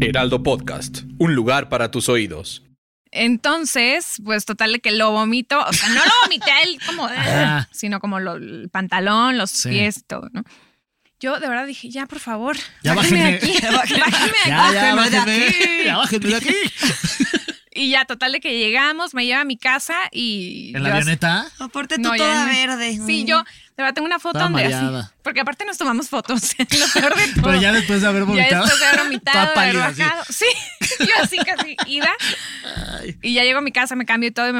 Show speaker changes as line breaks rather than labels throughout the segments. Heraldo Podcast, un lugar para tus oídos.
Entonces, pues total de que lo vomito, o sea, no lo vomité a él como, eh,
Ah.
sino como lo- el pantalón, los
Sí.
pies, todo, ¿no? Yo de verdad dije, ya, por favor,
Ya
bájenme
bájenme.
de aquí, bájenme de
Ya,
aquí.
ya,
bájenme de
bájenme.
aquí.
Ya, bájenme de aquí.
Y ya, total de que llegamos, me lleva a mi casa y...
En la
yo así-
avioneta.
Aparte tú
No, ya
toda
no.
verde. Mm.
Sí, yo, de verdad, tengo una foto
Toda
donde así-
mareada.
Porque aparte nos tomamos fotos, lo peor de todo.
Pero ya después de haber
Ya
vomitado.
después de haber vomitado,
toda
de haber
pálida, sí.
bajado. Sí, yo así casi ida. Y ya llego a mi casa, me cambio y todo y me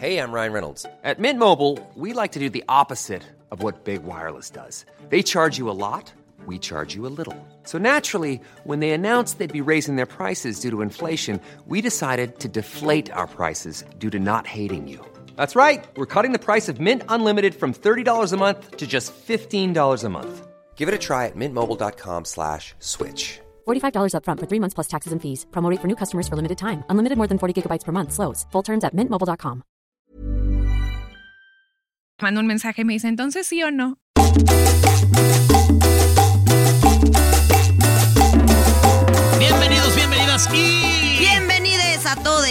Hey, I'm Ryan Reynolds. At Mint Mobile, we like to do the opposite of what Big Wireless does. They charge you a lot, we charge you a little. So naturally, when they announced they'd be raising their prices due to inflation, we decided to deflate our prices due to not hating you. That's right. We're cutting the price of Mint Unlimited from $30 a month to just $15 a month. Give it a try at mintmobile.com slash switch.
$45 upfront for three months plus taxes and fees. Promo rate for new customers for limited time. Unlimited more than 40 gigabytes per month. Slows. Full terms at mintmobile.com.
manda un mensaje y me dice, entonces sí o no.
Bienvenidos, bienvenidas y.
Bienvenidos a todos.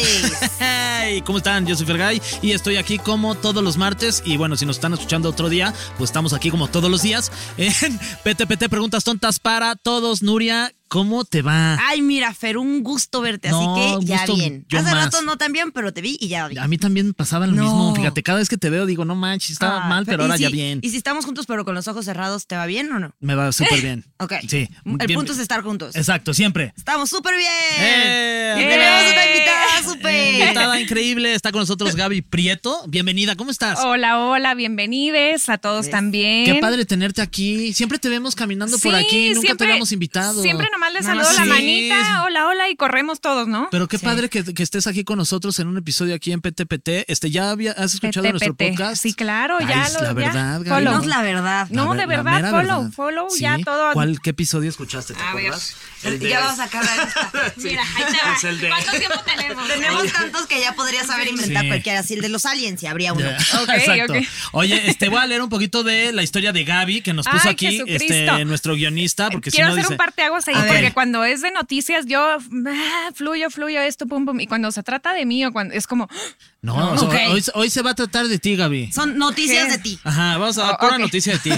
Hey, ¿cómo están? Yo soy Fergay y estoy aquí como todos los martes. Y bueno, si nos están escuchando otro día, pues estamos aquí como todos los días en PTPT Preguntas Tontas para Todos. Nuria, ¿cómo te va?
Ay, mira, Fer, un gusto verte,
No,
así que ya
gusto
bien.
yo
Hace
más.
rato no tan bien, pero te vi y ya bien.
A mí también pasaba lo
No.
mismo. Fíjate, cada vez que te veo digo, no manches, estaba
Ah,
mal, pero
y
ahora ya
si-
bien.
Y si estamos juntos pero con los ojos cerrados, ¿te va bien o no?
Me va súper bien.
Ok.
Sí.
El
bien-
punto es estar juntos.
Exacto, siempre.
Estamos súper bien.
¡Eh!
Y tenemos una invitada súper.
Invitada increíble, está con nosotros Gaby Prieto. Bienvenida, ¿cómo estás?
Hola, hola, bienvenides a todos también.
Ah, Qué padre tenerte aquí. Siempre te vemos caminando por
Sí,
aquí, nunca
siempre-
te habíamos invitado.
Siempre nomás le
Nada
saludo
más
la
sí.
manita, hola, hola, y corremos todos, ¿no?
Pero qué padre que, que estés aquí con nosotros en un episodio aquí en PTPT. Este, ¿ya había- has escuchado
Pete,
nuestro
pete.
podcast?
Sí, claro,
Ay,
ya
es
lo
la
ya.
verdad, Gaby,
Follow.
Dinos la verdad.
No,
La
de
ver- la
verdad,
mera
follow,
verdad.
follow,
Sí.
ya todo.
¿Cuál, ¿Qué episodio escuchaste? ¿Te
A ver.
acuerdas?
Ya vamos a acabar esta. Mira, ahí te va.
Es el de-
¿Cuánto tiempo tenemos?
Tenemos tantos que ya podrías haber inventado
Sí.
cualquiera, así el de los aliens, si habría uno.
Ya.
Ok,
Exacto.
ok.
Oye, este, voy a leer un poquito de la historia de Gaby que nos puso
Ay,
aquí
Jesucristo.
este, nuestro guionista. Porque
Quiero
si no
hacer
dice, Ah,
un parteaguas ahí,
A ver.
porque cuando es de noticias, yo ah, fluyo, fluyo esto, pum, pum. Y cuando se trata de mí, o cuando, es como, ¡ah!
No, o sea,
Ok.
hoy, hoy se va a tratar de ti, Gaby.
Son noticias
¿Qué?
de ti.
Ajá, vamos a dar
Oh,
pura
ok.
noticia de ti.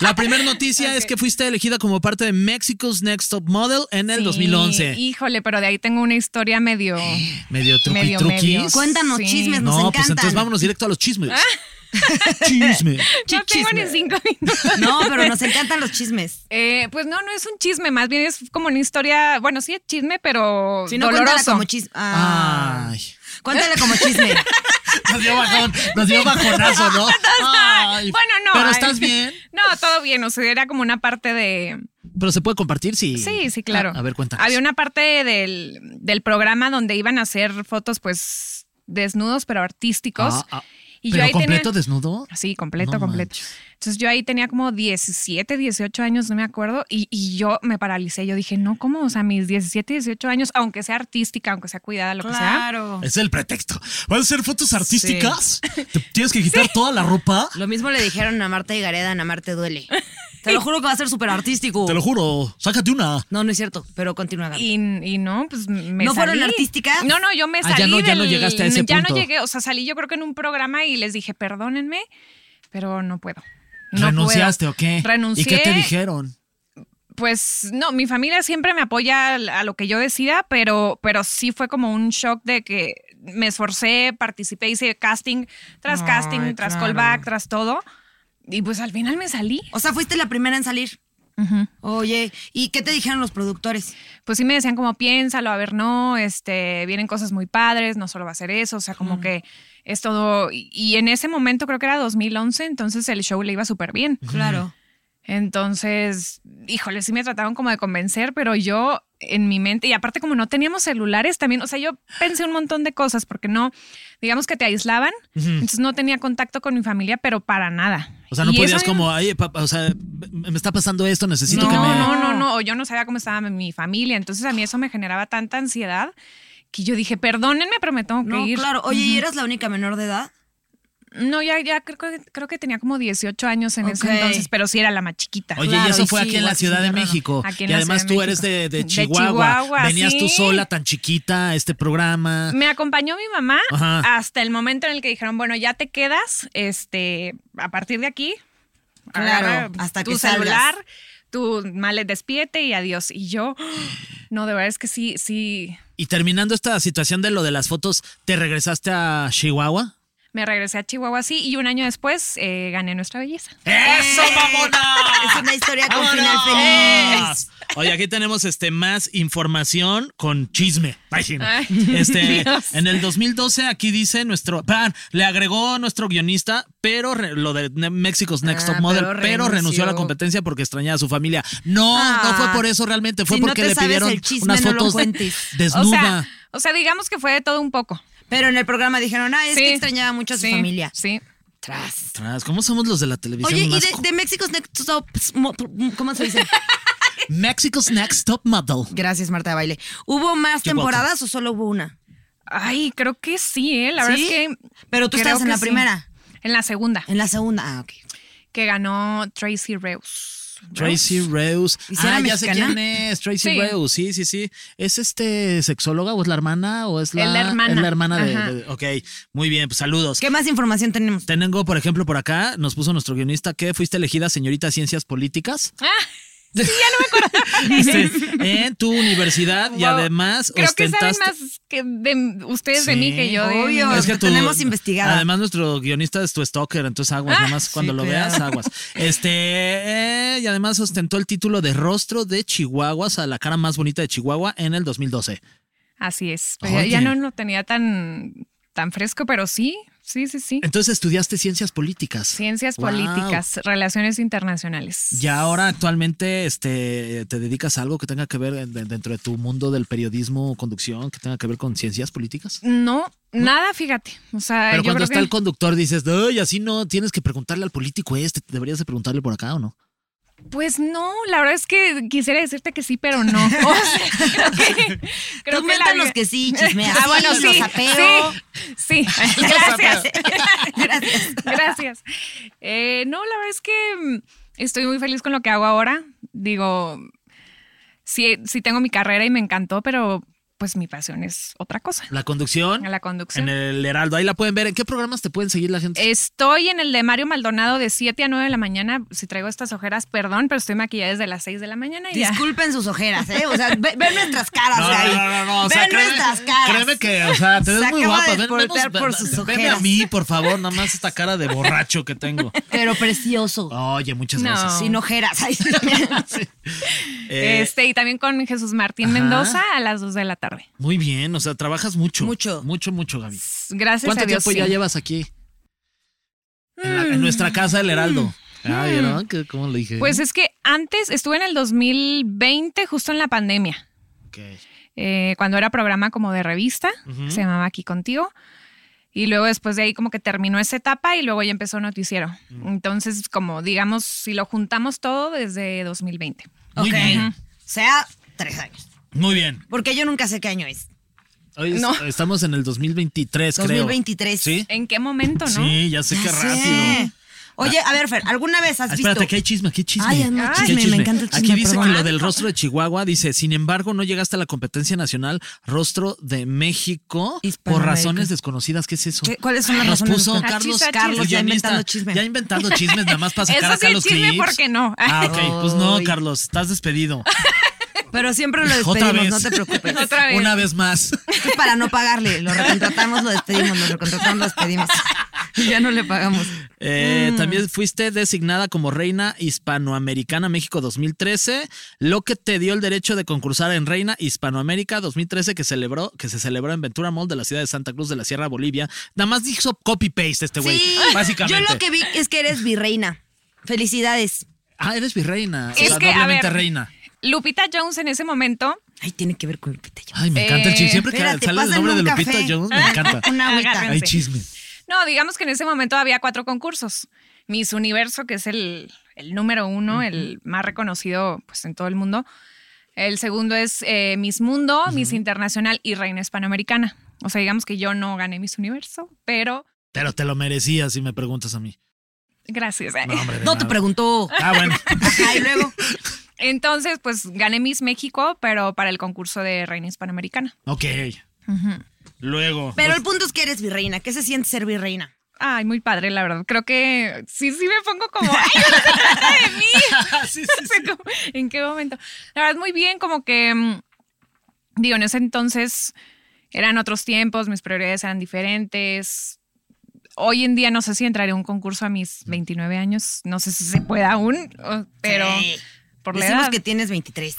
La primera noticia es que fuiste elegida como parte de Mexico's Next Top Model en el
Sí,
2011.
Híjole, pero de ahí tengo una historia medio.
Medio truqui
Medio,
truquis.
medio.
Cuéntanos
Sí.
chismes, nos
No,
encantan.
pues entonces vámonos directo a los chismes.
Ah.
Chisme.
No tengo ni cinco minutos.
No, pero nos encantan los chismes.
Eh, pues no, no es un chisme, más bien es como una historia. Bueno, sí es chisme, pero
Si no, cuéntala
doloroso.
como chisme. Ah.
Ay.
Cuéntala como chisme.
Nos dio bajón, nos dio bajonazo, ¿no? Ay.
bueno, no.
Pero
ay.
estás bien.
No, todo bien. O sea, era como una parte de.
Pero se puede compartir, sí. Ah,
Sí, sí, claro.
A, a ver, cuéntanos.
Había una parte del, del programa donde iban a hacer fotos, pues, desnudos, pero artísticos.
Ah, ah.
y yo
¿Pero
ahí
completo
tenía.
desnudo?
Sí, completo,
No
completo.
manches.
Entonces yo ahí tenía como 17, 18 años, no me acuerdo, y, y yo me paralicé. Yo dije, no, ¿cómo? O sea, mis 17, 18 años, aunque sea artística, aunque sea cuidada, lo
Es el pretexto. ¿Van a ser fotos artísticas? ¿Te ¿Tienes que quitar toda la ropa?
Lo mismo le dijeron a Marta y Gareda, a Marta duele. Te lo juro que va a ser súper artístico.
Te lo juro, sácate una.
No, no es cierto, pero continúa.
que sea.
Gaby.
Y, y no, pues me
¿No fueron
salí.
artísticas?
No, no, yo me
Ah, ya
salí.
no- ya no
del-
llegaste a ese
Ya
punto.
no llegué, o sea, salí yo creo que en un programa y les dije, perdónenme, pero no puedo. No
¿Renunciaste
puedo".
o qué?
Renuncié.
¿Y qué te dijeron?
Pues no, mi familia siempre me apoya al- a lo que yo decida, pero, pero sí fue como un shock de que me esforcé, participé, hice casting tras
Ay,
casting, tras
claro.
callback, tras todo. Y pues al final me salí.
O sea, fuiste la primera en salir. Oye, ¿y qué te dijeron los productores?
Pues sí me decían como piénsalo, a ver, no, este, vienen cosas muy padres, no solo va a ser eso, o sea, como que es todo. Y, y en ese momento creo que era 2011, entonces el show le iba súper bien.
Claro.
Entonces, híjole, sí me trataron como de convencer, pero yo en mi mente, y aparte como no teníamos celulares también, o sea, yo pensé un montón de cosas porque no, digamos que te aislaban, entonces no tenía contacto con mi familia, pero para nada.
O sea, no
Y
podías
eso-
como, ay, papá, o sea, me me está pasando esto, necesito
No,
que me...
no, no, no, o yo no sabía cómo estaba mi familia, entonces a mí eso me generaba tanta ansiedad que yo dije, perdónenme, pero me tengo que
No,
ir.
claro. Oye, ¿y eras la única menor de edad?
No, ya, ya creo, que- creo que tenía como 18 años en
Ok.
ese entonces, pero sí era la más chiquita.
Oye, y
Claro,
eso
y
fue
sí,
aquí en la
igual se
Ciudad de
siente raro.
México.
Aquí en
Y
la
además
Ciudad de
tú eres de,
México.
de
De
Chihuahua.
Chihuahua,
Venías tú
sí. Mm.
sola, tan chiquita, a este programa.
Me acompañó mi mamá
Ajá.
hasta el momento en el que dijeron, bueno, ya te quedas, este, a partir de aquí.
Claro,
agarra
hasta
tu
que salgas.
celular, tu malet despiete y adiós. Y yo, no, de verdad es que sí, sí,
Y terminando esta situación de lo de las fotos, ¿te regresaste a Chihuahua?
me regresé a Chihuahua así y un año después eh, gané nuestra belleza.
¡Eso,
Es
mamona!
una historia con final
¡Vámonos!
feliz.
Oye, aquí tenemos este más información con chisme. Ay, sí.
Ay,
este,
Dios.
en el 2012 aquí dice nuestro, pan, le agregó nuestro guionista, pero re- lo de Ne- México's Next
Ah,
Top Model, pero
pero
renunció. a la
renunció.
competencia porque extrañaba a su familia. No,
Ah.
no fue por eso realmente, fue
Si no
porque
te
le
sabes
pidieron
el chisme,
unas
no lo
fotos
cuentes.
desnuda.
O sea, o sea, digamos que fue de todo un poco.
Pero en el programa dijeron, ah, es
Sí,
que extrañaba mucho a su
sí,
familia.
Sí.
Tras.
Tras, ¿Cómo somos los de la televisión?
Oye, y
más
de,
co-
de México's Next Top, pues, ¿cómo se dice?
Mexico's Next Top Model.
Gracias, Marta de Baile. ¿Hubo más
You're welcome.
temporadas o solo hubo una?
Ay, creo que sí, ¿eh? La verdad
¿Sí?
es que.
Pero tú
creo
estabas en
que
la primera.
En la segunda,
En la segunda. Ah, ok.
que ganó Tracy Reus.
Tracy Reus.
¿Y si
Ah,
era
ya sé
mexicana?
quién es. Tracy
Sí.
Reus, sí, sí, sí. ¿Es este sexóloga o es la hermana o es la,
Es la hermana.
es la hermana de,
Ajá.
de- Ok, muy bien, pues saludos.
¿Qué más información tenemos?
Tengo, por ejemplo, por acá, nos puso nuestro guionista que fuiste elegida señorita Ciencias Políticas
Ah, sí, ya no me acuerdo.
este, en tu universidad y
Wow.
además
Creo que saben
ostentaste.
más que de ustedes de
Sí.
mí que yo de
Obvio.
mí.
Es que- Lo tenemos investigada.
Además, nuestro guionista es tu stalker, entonces
Ah,
aguas, nomás cuando lo
cuidado.
veas, aguas. Este, eh, y además ostentó el título de Rostro de Chihuahua, o sea, la cara más bonita de Chihuahua en el 2012.
Así es. Pero ya- ya
Oye.
no lo tenía tan, tan fresco, pero sí, sí, sí, sí.
Entonces estudiaste ciencias políticas.
Ciencias
Wow.
políticas, relaciones internacionales.
Y ahora actualmente este, te dedicas a algo que tenga que ver en- de- dentro de tu mundo del periodismo o conducción, que tenga que ver con ciencias políticas.
No, nada, fíjate. O sea,
Pero
yo
cuando
creo
está
que
el conductor dices, ay, así no, tienes que preguntarle al político este, deberías de preguntarle por acá o no.
Pues no, la verdad es que quisiera decirte que sí, pero no. O sea, creo que, creo
Tú
que la
méntanos
vida-
que sí, chismea.
Ah, bueno,
sí,
sí,
lo sapeo.
sí, sí. Gracias,
Gracias.
gracias. Eh, no, la verdad es que mm, estoy muy feliz con lo que hago ahora. Digo, sí, sí tengo mi carrera y me encantó, pero pues mi pasión es otra cosa,
La conducción
la conducción.
en el Heraldo, ahí la pueden ver. ¿En qué programas te pueden seguir la
Eh,
gente?
Estoy en el de Mario Maldonado de 7 a 9 de la mañana. Si traigo estas ojeras, perdón, pero estoy maquillada desde las 6 de la mañana y ya.
Disculpen sus ojeras, ¿eh? O sea, ve- ven nuestras caras,
No,
Gaby.
no, no, no, o sea,
ven
créeme-
nuestras caras.
Créeme que, o sea, te ves
Se
muy
acaba de
guapa. Ven,
voltear
venos-
por
ve-
sus
venme a
ojeras.
mí, por favor, nada más esta cara de borracho que tengo.
Pero precioso.
Oye, muchas
No.
gracias.
Sin ojeras. Ay,
Eh,
este, y también con Jesús Martín
ajá.
Mendoza a las 2 de la tarde.
Muy bien, o sea, trabajas mucho.
Mucho.
Mucho, mucho, Gaby.
Gracias
¿Cuánto
a Dios.
tiempo ya
sí.
llevas aquí? En, la- en nuestra casa del Heraldo.
Mm.
Ah, ¿vieron? que- ¿Cómo lo dije?
Pues es que antes estuve en el 2020, justo en la pandemia,
Ok.
eh, cuando era programa como de revista, que se llamaba Aquí Contigo. Y luego después de ahí como que terminó esa etapa y luego ya empezó noticiero. Entonces, como digamos, si lo juntamos todo desde 2020.
Muy
ok.
bien.
Sea tres años.
Muy bien.
Porque yo nunca sé qué año es.
Hoy es-
No.
estamos en el 2023, creo.
2023.
¿Sí?
¿En qué momento, no?
Sí, ya sé
Ya
qué
sé.
rápido.
Oye, a ver, Fer, ¿alguna vez has
Ah, Espérate,
visto?
que hay chisme, aquí hay chisme.
Ay, no,
Aquí hay
chisme, me encanta el
Aquí
chisme,
dice que
perdón.
lo del rostro de Chihuahua dice, sin embargo, no llegaste a la competencia nacional rostro de México por
Hispanoamérica.
razones desconocidas. ¿Qué es eso?
¿Qué- ¿Cuáles son las
Nos
razones
puso
desconocidas?
Carlos,
Achis, achis.
Carlos,
Ya
guionista,
inventando chisme.
Ya inventando chismes, nada más para sacar
Eso
acá
sí,
los
chisme,
clips.
¿por qué no?
Ah, ok. Pues no,
Ay.
Carlos, estás despedido.
Pero siempre lo
Otra
despedimos,
vez.
no te preocupes.
Otra vez.
Una vez más.
Esto es Pues para no pagarle. Lo recontratamos, lo despedimos, lo recontratamos, lo despedimos. Y ya no le pagamos.
Eh,
Mm.
También fuiste designada como Reina Hispanoamericana México 2013, lo que te dio el derecho de concursar en Reina Hispanoamérica 2013 que celebró que se celebró en Ventura Mall de la ciudad de Santa Cruz de la Sierra Bolivia. Nada más hizo copy paste este güey,
Sí,
básicamente.
yo lo que vi es que eres virreina. Felicidades.
Ah, eres virreina, o
Es
sea,
que, a
doblemente
ver,
reina.
Lupita Jones en ese momento
Ay, tiene que ver con Lupita Jones.
Ay, me encanta el chisme. Siempre que
Espérate,
sale el
pásenme
nombre de
un
Lupita
café.
Jones, me encanta.
Una agüita.
Agárrense.
Hay chisme.
No, digamos que en ese momento había cuatro concursos. Miss Universo, que es el, el número uno, el más reconocido pues, en todo el mundo. El segundo es eh, Miss Mundo, Miss Internacional y Reina Hispanoamericana. O sea, digamos que yo no gané Miss Universo, pero
Pero te lo merecías si me preguntas a mí.
Gracias.
No, hombre, de
No te
nada.
preguntó.
Ah, bueno.
Ajá, y luego.
Entonces, pues gané Miss México, pero para el concurso de Reina Hispanoamericana.
Ok. Luego.
Pero
pues,
el punto es que eres virreina. ¿Qué se siente ser virreina?
Ay, muy padre, la verdad. Creo que sí, sí me pongo como, ay, no se trata de mí.
Sí, sí,
O sea,
sí.
como, ¿En qué momento? La verdad, muy bien, como que, mm, digo, en ese entonces eran otros tiempos, mis prioridades eran diferentes. Hoy en día no sé si entraré a un concurso a mis 29 años, no sé si se puede aún, o- pero
Sí.
por la
Decimos
edad,
que tienes 23.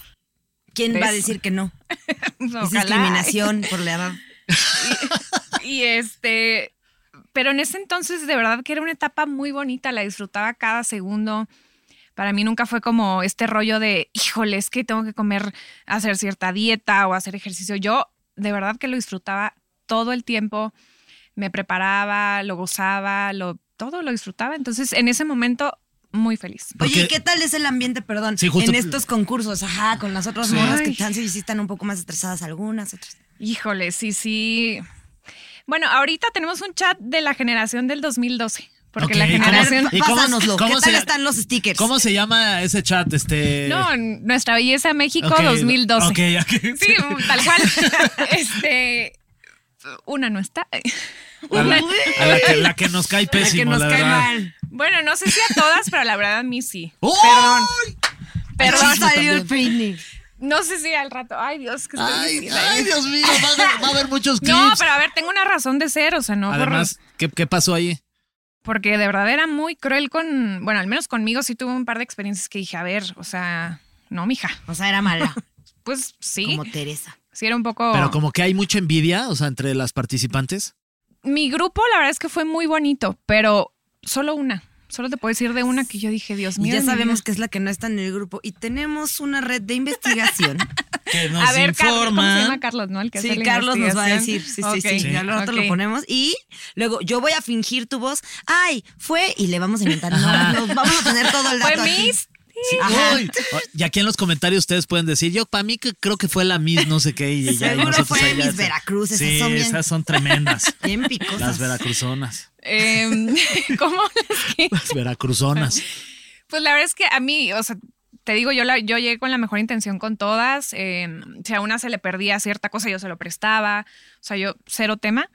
¿Quién
¿Ves?
va a decir que no? Es
ojalá.
discriminación por la edad.
Y este, pero en ese entonces de verdad que era una etapa muy bonita, la disfrutaba cada segundo. Para mí nunca fue como este rollo de, híjole, es que tengo que comer, hacer cierta dieta o hacer ejercicio. Yo de verdad que lo disfrutaba todo el tiempo, me preparaba, lo gozaba, lo, todo lo disfrutaba. Entonces en ese momento, muy feliz.
Oye, ¿y
Porque-
qué tal es el ambiente, perdón,
Sí, justo-
en estos concursos? Ajá, con las otras
Sí.
morras que
Ay.
chance y sí están un poco más estresadas algunas, otras.
Híjole, sí, sí. Bueno, ahorita tenemos un chat de la generación del 2012, porque la
Ok, ¿cómo-
generación...
¿Y cómo-
Pásanoslo. ¿Qué
cómo
tal
se-
están los stickers?
¿Cómo se llama ese chat? Este.
No, n- Nuestra Belleza México
Ok,
2012.
Ok, ok.
Sí, tal cual. este, una no está.
A la, a la que, la que nos cae
que
pésimo,
nos
la
cae
verdad.
mal.
Bueno, no sé si a todas, pero la verdad a mí sí.
¡Uy!
Perdón.
Pero
Perdón.
salió el picnic.
No sé si al rato. Ay, Dios, que estoy
Ay,
vestida.
ay, Dios mío, va a haber, va a haber muchos clips.
No, pero a ver, tengo una razón de ser, o sea, no por-
Además, ¿qué, qué pasó ahí?
porque de verdad era muy cruel con, bueno, al menos conmigo sí tuve un par de experiencias que dije, a ver, o sea, no, mija,
O sea, era mala,
pues sí,
como Teresa.
sí era un poco...
Pero como que hay mucha envidia, o sea, entre las participantes.
mi grupo, la verdad es que fue muy bonito, pero solo una. Solo te puedo decir de una que yo dije, Dios
Y
mío.
ya
mi
sabemos
vida.
que es la que no está en el grupo. Y tenemos una red de investigación.
Que nos
A ver, Carlos, ¿cómo se llama
informan.
Carlos? ¿no? El que hace
sí,
la
Carlos nos va a
investigación.
decir. Sí,
Ok,
sí, sí. Ya al rato
ok.
lo ponemos. Y luego yo voy a fingir tu voz. Ay, fue. Y le vamos a inventar. No,
Ajá.
no, vamos a poner todo el dato.
Fue
aquí.
Miss.
Sí,
Ajá.
uy. Y aquí en los comentarios ustedes pueden decir, yo para mí que creo que fue la Miss no sé qué. Y ya, y
Seguro
nosotros
fue
allá-
Miss Veracruz, esas
Sí,
son bien-
esas son tremendas.
Bien picosas.
Las veracruzonas.
Em, ¿Cómo les que-
Las veracruzonas.
Pues la verdad es que a mí, o sea, te digo, yo, la- yo llegué con la mejor intención con todas. eh, si a una se le perdía cierta cosa, yo se lo prestaba. O sea, yo cero tema.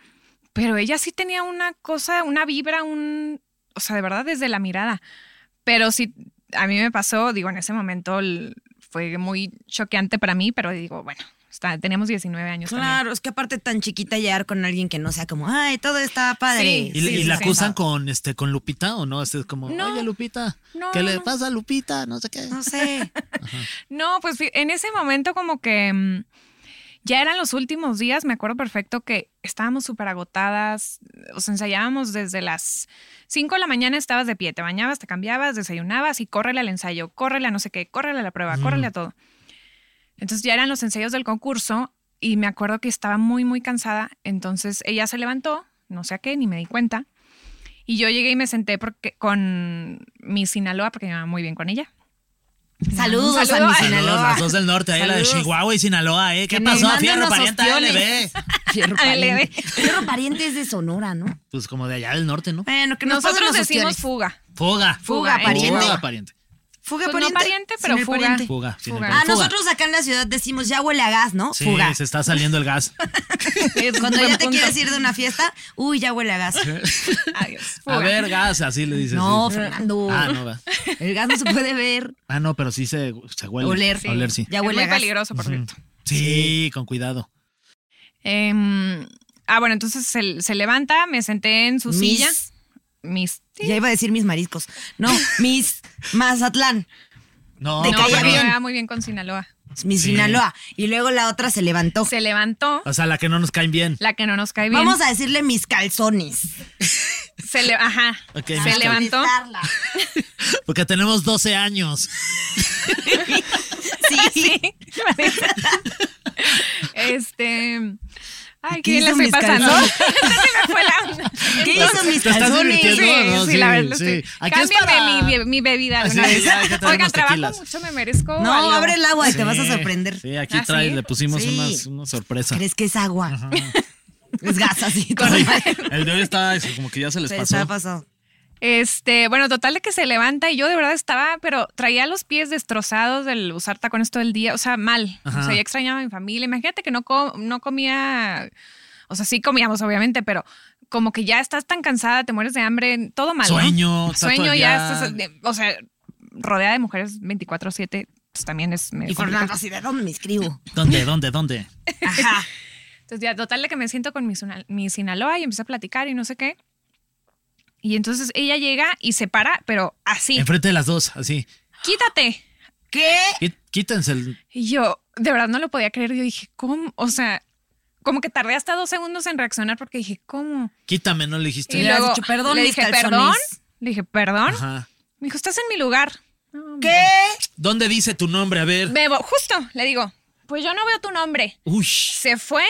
Pero ella sí tenía una cosa, una vibra, un. O sea, de verdad, desde la mirada. Pero sí, a mí me pasó, digo, en ese momento el- fue muy choqueante para mí, pero digo, bueno, está- teníamos 19 años. también.
Claro, es que aparte tan chiquita llegar con alguien que no sea como, ay, todo está padre.
Sí.
¿Y, y
sí,
la
sí.
acusan con este con Lupita o no? Este es como,
No.
oye, Lupita,
No,
¿qué
no,
le
no.
pasa a Lupita? No sé qué.
No sé.
No, pues fi- en ese momento como que mm, ya eran los últimos días, me acuerdo perfecto que estábamos súper agotadas, os ensayábamos desde las 5 de la mañana, estabas de pie, te bañabas, te cambiabas, desayunabas y córrele al ensayo, córrele a no sé qué, córrele a la prueba, córrele a todo. Entonces ya eran los ensayos del concurso y me acuerdo que estaba muy, muy cansada, entonces ella se levantó, no sé a qué, ni me di cuenta. Y yo llegué y me senté porque, con mi Sinaloa, porque me iba muy bien con ella.
Saludos
Un saludo
a
a-
mi
Saludos,
Sinaloa.
las dos del norte, ahí la de
Saludos.
Chihuahua y Sinaloa, ¿eh? ¿Qué
Que nos
pasó?
manden
Fierro
los
pariente
ostiones.
ALB.
Fierro
ALB.
pariente. Fierro pariente es de Sonora, ¿no?
Pues como de allá del norte, ¿no?
Bueno, que nos pasen
Nosotros
los
decimos
ostiones.
fuga.
Fuga.
Fuga,
pariente.
Fuga, pariente.
fuga
Pues no pariente, pero
Sin el
fuga.
pariente.
Fuga, sin el
Fuga.
Ah,
pariente. Fuga.
nosotros acá en la ciudad decimos ya huele a gas, ¿no?
Sí,
fuga.
se está saliendo el gas.
Cuando
Buen
ya te
punto.
quieres ir de una fiesta, uy, ya huele a gas.
Adiós.
A
Fuga.
ver, gas, así le dices.
No,
sí.
Fernando.
Ah, no, va.
El gas no se puede ver.
Ah, no, pero sí se, se huele.
Oler, sí.
Oler, sí.
Ya
Es
huele
muy
a gas.
peligroso, por cierto.
Sí, con cuidado.
Em, ah, bueno, entonces se, se levanta, me senté en su
Mis-
silla. Mis.
Ya iba a decir mis mariscos. No, mis Mazatlán,
No,
Te
No,
caía
pero me
bien.
llevaba muy bien con Sinaloa.
mis
Sí.
Sinaloa. Y luego la otra se levantó.
Se levantó,
O sea, la que no nos caen bien.
la que no nos cae bien.
Vamos a decirle mis calzones.
Se le- ajá.
Ok, mis
se levantó.
Felicitarla.
Porque tenemos 12 años.
Sí,
Sí. este. Ay,
¿Qué
¿qué, le
hizo
estoy
mis
pasando?
calzones?
Ya se me fue la onda.
¿Qué hizo mis
Te estás
calzones?
divirtiendo,
Sí,
¿no?
sí,
Sí,
la verdad.
sí.
estoy-
Aquí es
Cámbiame
para- Ah,
mi, be- mi bebida de
Sí,
una vez.
ya, hay que traer
Oigan,
unos
trabajo
tequilas.
mucho, me merezco.
No,
algo.
abre el agua y te vas a
Sí,
sorprender.
Sí, aquí
¿Ah,
trae,
sí?
le pusimos
Sí.
unas, una sorpresa.
¿Crees que es agua? Es gas así. todo.
El de hoy está eso, como que ya se les
Se
pasó.
está pasado.
Este, bueno, total de que se levanta y yo de verdad estaba, pero traía los pies destrozados del usar tacones todo el día, o sea, mal.
Ajá.
O sea, ya extrañaba a mi familia. Imagínate que no, co- no comía, o sea, sí comíamos, obviamente, pero como que ya estás tan cansada, te mueres de hambre, todo mal. ¿no?
Sueño, está
Sueño, ya
todavía-
estás, eh, o sea, rodeada de mujeres 24-7, pues también es. medio
Y Fernando
complicado.
así, ¿de dónde me inscribo?
¿Dónde, dónde, dónde?
Ajá.
Entonces ya total de que me siento con mi, Suna- mi Sinaloa y empiezo a platicar y no sé qué. Y entonces ella llega y se para, pero así,
Enfrente de las dos, así.
quítate. Eh.
¿Qué?
Quí- Quítense el.
Y yo de verdad no lo podía creer. Yo dije, ¿cómo? O sea, como que tardé hasta dos segundos en reaccionar porque dije, ¿cómo?
Quítame, ¿no le dijiste?
Y
le has dicho, "Perdón,
le
mis
dije,
calzones".
perdón. Le dije, perdón.
Ajá.
Me dijo, estás en mi lugar. No,
¿Qué?
¿Dónde dice tu nombre? A ver.
Bebo, justo, le digo, pues yo no veo tu nombre.
Uy.
Se fue,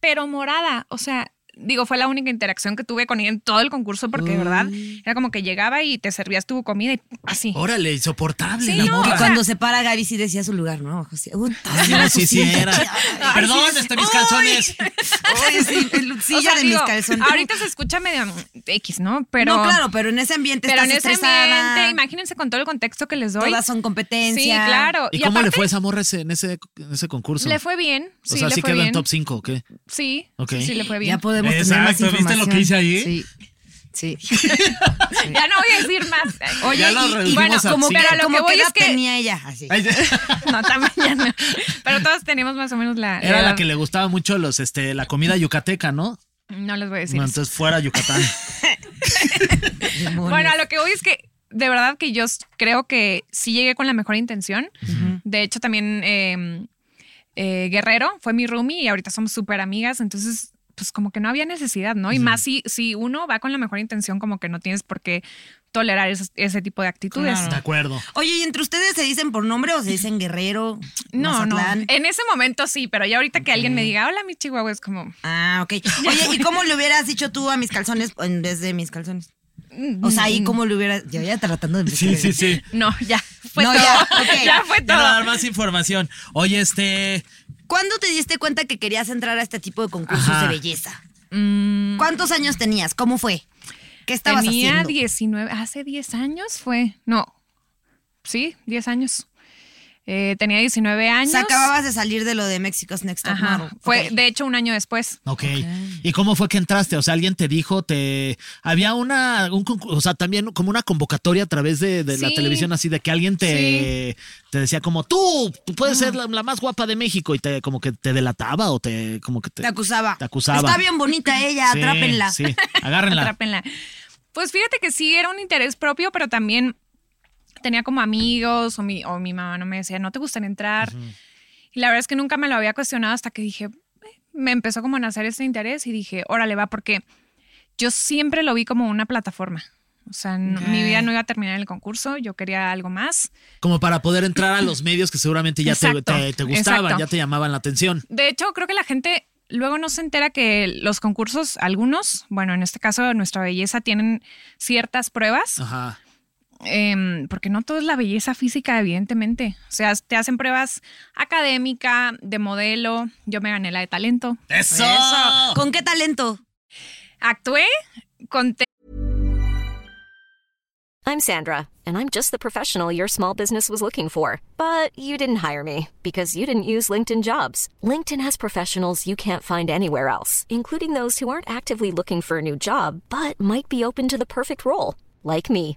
pero morada. O sea, digo, fue la única interacción que tuve con ella en todo el concurso porque, de verdad, era como que llegaba y te servías tu comida y así.
Órale, insoportable
Sí,
la
no,
morra.
o sea,
Cuando se para Gaby sí decía su lugar, ¿no? José, uy,
Ah, no, sí, sí, era. Perdón, este, mis calzones.
Oye, sí, el
O
lucilla
sea,
de
digo,
mis calzones.
Ahorita se escucha medio mm, X, ¿no? Pero.
no, claro, pero en ese ambiente
Pero en
estás
ese
estresada,
ambiente, imagínense con todo el contexto que les doy.
Todas son competencia.
Sí, claro.
¿Y, cómo le
aparte,
fue a esa morra ese- en, ese, en ese concurso?
Le fue bien. Sí,
o sea,
le
sí
fue
quedó
bien.
en top 5, ¿o qué?
Sí,
Ok.
sí, sí, le fue bien.
Ya podemos tener
Exacto,
más
¿viste lo
información.
que hice ahí?
Sí. Sí.
Ya no voy a decir más.
Oye,
Ya lo
y- y
redujimos
bueno,
a
como que,
cinco.
Pero lo
como
que voy
edad
es que-
tenía ella así.
Ay,
No, también ya no. Pero todos tenemos más o menos la.
Era la
edad.
que le gustaba mucho los, este, la comida yucateca, ¿no?
No les voy a decir.
No,
eso.
entonces fuera Yucatán.
Demonios.
Bueno, a lo que voy es que de verdad que yo s- creo que sí llegué con la mejor intención. De hecho, también eh, eh, Guerrero fue mi roomie y ahorita somos súper amigas. Entonces, pues como que no había necesidad, ¿no? Y más si, si uno va con la mejor intención, como que no tienes por qué tolerar esos- ese tipo de actitudes.
De acuerdo.
Oye, ¿y entre ustedes se dicen por nombre o se dicen guerrero?
No, no.
Mazatlán?
En ese momento sí, pero ya ahorita que alguien me diga, hola, mi chihuahua, es como.
Ah, ok. Oye, ¿y cómo le hubieras dicho tú a mis calzones en vez de mis calzones? O sea,
Mm.
¿y cómo le hubieras...? Yo ya tratando de...
Sí, sí, sí.
No, ya fue
No,
todo.
ya,
Ya,
ok.
fue
Ya no va a
todo.
dar más información. Oye, este.
¿Cuándo te diste cuenta que querías entrar a este tipo de concursos
Ajá.
de belleza? ¿Cuántos años tenías? ¿Cómo fue? ¿Qué estabas
Mm. Tenía
haciendo?
19, hace 10 años fue. No, sí, 10 años. Eh, tenía 19
O
años.
sea, acababas de salir de lo de México's Next Top
Ajá,
Model.
Fue,
Ok.
de hecho, un año después.
Ok. ¿Y cómo fue que entraste? O sea, alguien te dijo, te. Había una. Un, concur- o sea, también como una convocatoria a través de, de la
Sí.
televisión, así de que alguien te, te decía, como tú, tú puedes ser la, la más guapa de México y te como que te delataba o te. Como que te,
Te acusaba.
Te acusaba.
Está bien bonita ella,
Sí,
atrápenla.
Sí, agárrenla.
Atrápenla. Pues fíjate que sí, era un interés propio, pero también tenía como amigos o mi, o mi mamá no me decía, no te gustaría entrar. Y la verdad es que nunca me lo había cuestionado hasta que dije, "Eh", me empezó como a nacer ese interés y dije, órale, va, porque yo siempre lo vi como una plataforma. O sea, no- mi vida no iba a terminar en el concurso, yo quería algo más.
Como para poder entrar a los medios que seguramente ya te,
Exacto,
te- te gustaban,
exacto.
ya te llamaban la atención.
De hecho, creo que la gente luego no se entera que los concursos, algunos, bueno, en este caso nuestra belleza, tienen ciertas pruebas.
Ajá.
em, porque no todo es la belleza física, evidentemente. O sea, te hacen pruebas académica, de modelo. Yo me gané la de talento.
¡Eso!
Eso. ¿Con qué talento?
Actué, conté
I'm Sandra, and I'm just the professional your small business was looking for. But you didn't hire me because you didn't use LinkedIn jobs. LinkedIn has professionals you can't find anywhere else, including those who aren't actively looking for a new job but might be open to the perfect role, like me.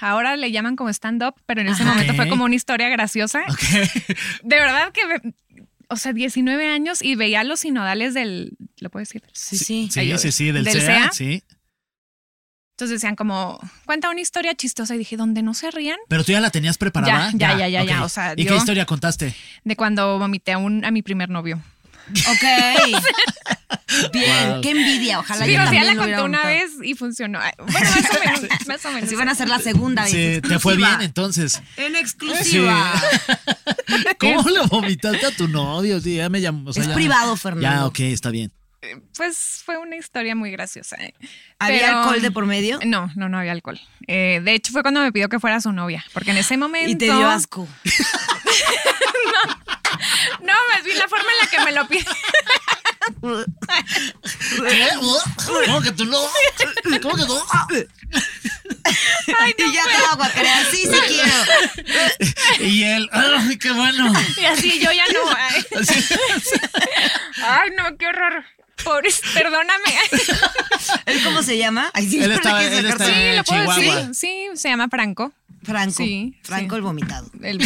Ahora le llaman como stand-up, pero en ese
Ajá.
momento
Ah, Ok.
fue como una historia graciosa.
Ok.
De verdad que me- o sea, 19 años y veía los sinodales del, ¿lo puedo decir?
Sí, sí.
Sí, sí, sí, del,
¿Del
CEA,
CEA?
sí.
Entonces decían como, cuenta una historia chistosa y dije, donde no se rían,
Pero tú ya la tenías preparada.
Ya, ya, ya, ya, ya,
ok.
o sea,
¿Y qué
yo-
historia contaste?
de cuando vomité a, un, a mi primer novio.
Ok. Bien,
Wow.
qué envidia. Ojalá yo
Pero sí,
también
la
lo hubiera
conté una
aguantado.
vez y funcionó. Ay, Bueno, más o menos, más o menos.
Así van a ser la segunda.
Sí,
vez.
te fue
Exclusiva.
bien entonces.
En exclusiva.
¿Cómo lo vomitaste a tu novio? Sí, ya me llamó. o sea,
Es
ya-
privado, Fernando.
Ya, ok, está bien.
Pues fue una historia muy graciosa. eh.
¿Había
Pero-
alcohol de por medio?
No, no, no había alcohol. Eh, de hecho, fue cuando me pidió que fuera su novia, porque en ese momento...
Y te dio asco.
No, más bien la forma en la que me lo pidió.
¿Qué? ¿Cómo que tú no? ¿Cómo que tú?
y ya te hago a creer. Sí, sí quiero.
Y él, ¡ay, qué bueno!
Y así yo ya no. Ay, Ay, no, qué horror. Pobres, perdóname.
¿Él cómo se llama? Ay, sí,
Él estaba-
espera que
él estaba-
sacar- Sí.
Sí, lo puedo
Chihuahua.
decir. Sí, se llama Franco.
Franco.
Sí,
Franco
sí.
el vomitado.
El-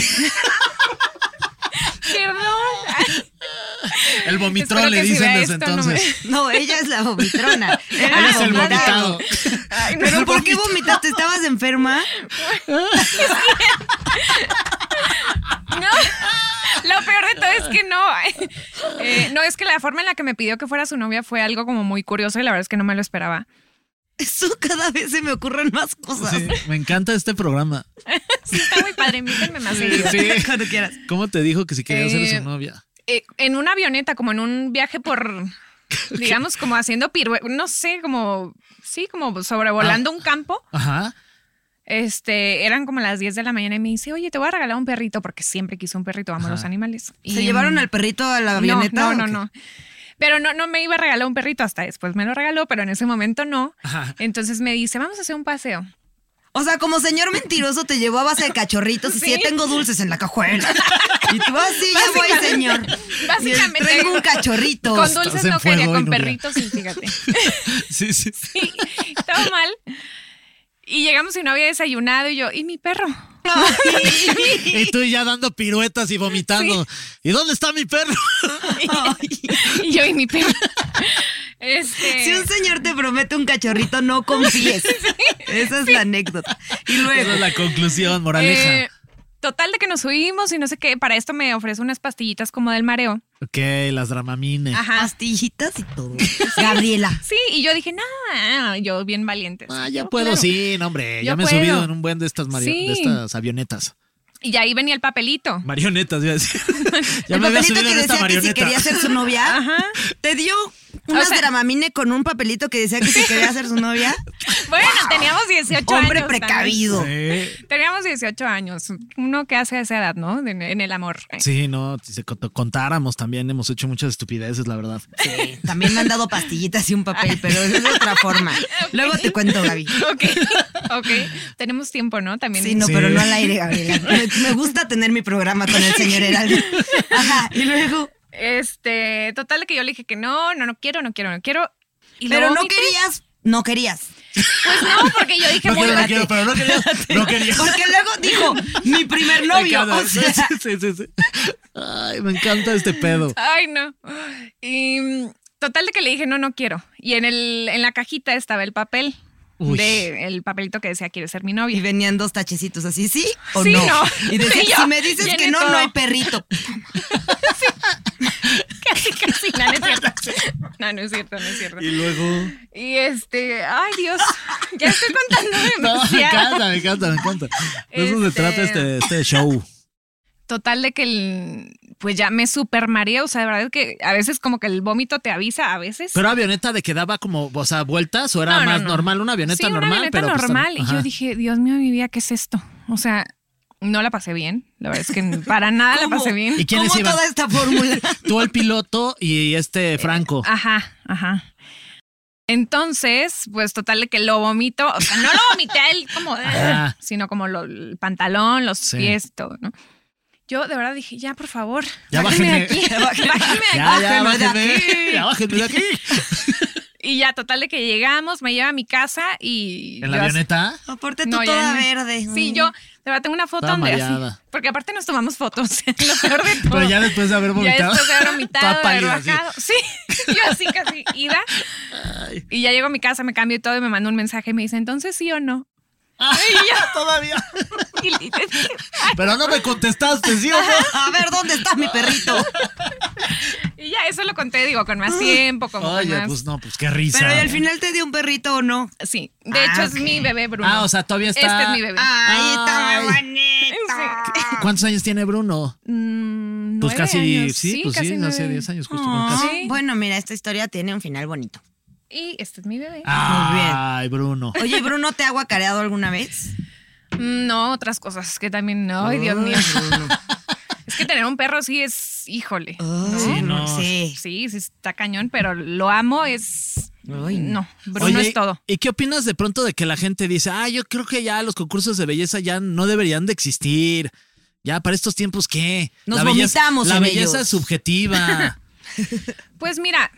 Perdón.
El vomitrón
Espero
le
que si
dicen
vea
desde
esto, no me- Ah,
entonces.
No, ella es la vomitrona. Él
Él es el
vomitado.
vomitado.
Ay, no,
¿Pero por qué vomitaste? ¿Estabas enferma?
no. Lo peor de todo es que no. Eh, no, es que la forma en la que me pidió que fuera su novia fue algo como muy curioso y la verdad es que no me lo esperaba.
Eso cada vez se me ocurren más cosas.
Sí, me encanta este programa.
Sí, está muy padre. Invítenme más seguido.
Cuando quieras.
¿Cómo te dijo que si quería ser
Eh,
su novia?
eh, en una avioneta, como en un viaje por, digamos, como haciendo piruetas, no sé, como, sí, como
Ah.
sobrevolando un campo.
Ajá.
Este, eran como las 10 de la mañana y me dice, oye, te voy a regalar un perrito porque siempre quiso un perrito, amo los animales. Y,
¿Se llevaron al perrito a la
no,
avioneta?
No,
o
no,
qué?
no. Pero no, no me iba a regalar un perrito hasta después, me lo regaló, pero en ese momento no.
Ajá.
Entonces me dice, vamos a hacer un paseo.
O sea, como señor mentiroso te llevó a base de cachorritos y
Sí.
sí, tengo dulces en la cajuela. Y tú, ah, sí, ya voy, señor.
Básicamente.
Y él, Traigo un cachorrito.
Con dulces
estás en
no quería,
fuego hoy,
con
Nuria.
perritos, sí, fíjate.
Sí, sí.
Sí, todo mal. Y llegamos y no había desayunado y yo, ¿y mi perro?
Y tú ya dando piruetas y vomitando. ¿Y dónde está mi perro?
Y yo, ¿y mi perro? Este,
Si un señor te promete un cachorrito, no confíes. Esa es la anécdota. Y
Esa
luego,
es la conclusión, moraleja.
eh, total de que nos subimos y no sé qué. Para esto me ofrece unas pastillitas como del mareo.
ok, las dramamine.
ah,
Ajá.
pastillitas y todo. Gabriela.
Sí, y yo dije, nada, yo bien valiente.
Ah, ya
No,
puedo,
claro.
sí, no, hombre. Ya
Yo
me he
puedo.
subido en un buen de estas, mari-
Sí.
de estas avionetas.
Y ahí venía el papelito.
Marionetas, iba a decir. ya
el
me había
papelito
subido
que
en esta
decía que si
marioneta.
quería ser su novia, te dio unas
sea-
dramamine con un papelito que decía que si quería ser su novia.
Bueno, teníamos 18
Hombre
años. también.
precavido.
Sí.
Teníamos 18 años. Uno que hace a esa edad, ¿no? En, en el amor.
Sí, no, si se cont- contáramos también, hemos hecho muchas estupideces, la verdad.
Sí, también me han dado pastillitas y un papel, pero es de otra forma. Luego te cuento, Gaby.
Ok, ok. Tenemos tiempo, ¿no? También.
Sí, no,
Sí.
pero no al aire, Gabriela. Me, me gusta tener mi programa con el señor Heraldo. Ajá, y luego.
Este, total que yo le dije que no, no, no quiero, no quiero, no quiero. Y lo
Pero no
vomité.
querías, no querías.
Pues no, porque yo dije,
No quiero, no
bueno,
quiero, pero no quería. No quería.
Porque luego dijo, mi primer novio. O sea,
Sí, sí, sí, sí. Ay, me encanta este pedo.
ay, no. Y mm, total de que le dije, no, no quiero. Y en el, en la cajita estaba el papel.
Uy.
De el papelito que decía quiere ser mi
y
novia.
venían dos tachecitos así, ¿sí o
Sí,
no?
no.
Y decía,
Sí, yo.
si me dices
Viene
que no,
todo.
no hay perrito.
Casi, casi. No, no es cierto. No, no es cierto, no es cierto.
Y luego.
Y este, ay Dios, ya estoy contando
No, me
demasiado.
encanta, me encanta, me encanta. De eso se
Este-
trata este, este show.
Total de que el, pues ya me super mareé, o sea, de verdad que a veces como que el vómito te avisa, a veces.
¿Pero avioneta de que daba como, o sea, vueltas o era
No, no,
más
no.
normal? Una avioneta
sí, una
normal,
avioneta
pero. pues,
normal. y
ajá.
yo dije, Dios mío, mi vida, ¿qué es esto? O sea, no la pasé bien. La verdad es que para nada Ah, la pasé bien.
¿Y quiénes
¿Cómo
iban?
toda esta fórmula?
Tú el piloto y este Franco.
Ajá, ajá. Entonces, pues total de que lo vomito, o sea, no lo vomité a él como, eh,
Ajá.
sino como lo- el pantalón, los
Sí.
pies, todo, ¿no? Yo de verdad dije, ya, por favor,
Ya
bájenme de
bájenme.
aquí, bájenme de aquí.
Ya, ya,
Bájenme de
bájenme.
aquí.
Ya, bájenme de aquí.
Y Y ya, total de que llegamos, me lleva a mi casa y.
¿En la
yo así-
avioneta?
Aparte tú
No, ya
toda
en-
verde.
Sí, yo, de verdad, tengo una foto
Toda
donde así-
mareada.
Porque aparte nos tomamos fotos, lo peor de todo.
Pero ya después de haber
Ya
vomitado.
después de haber
Toda
vomitado, de haber
pálida, así.
bajado. Sí, yo así casi ida. Y ya llego a mi casa, me cambio y todo y me manda un mensaje y me dice, entonces sí o no.
Ah, Todavía.
Y le dije,
Pero no me contestaste, ¿sí o no?
A ver, ¿dónde está mi perrito?
Y ya eso lo conté, digo, con más tiempo, como con
Oye,
más.
pues no, pues qué risa.
Pero ¿y al final te dio un perrito o no?
Sí, de
Ah,
hecho es
ok.
mi bebé, Bruno.
Ah, o sea, todavía está- Ah.
Este es mi bebé.
Ahí está
Ay.
muy bonito.
¿Cuántos años tiene Bruno?
Mm,
Pues
nueve
casi,
años.
sí, pues sí,
casi
hace
nueve.
10 años justo.
Ah,
casi.
Sí.
Bueno, mira, esta historia tiene un final bonito.
Y este es mi bebé.
Ah. Ay, Bruno.
Oye, Bruno, ¿te ha guacareado alguna vez?
Mm, No, otras cosas es que también, no, ay, Dios mío. Es que tener un perro sí es, híjole.
Sí, no.
Sí.
Sí, sí está cañón, pero lo amo, es. no, Bruno
Oye,
es todo.
¿Y qué opinas de pronto de que la gente dice, ah, yo creo que ya los concursos de belleza ya no deberían de existir? Ya, para estos tiempos, ¿qué?
Nos
la belleza,
vomitamos
La
en
belleza
ellos.
es subjetiva.
Pues mira,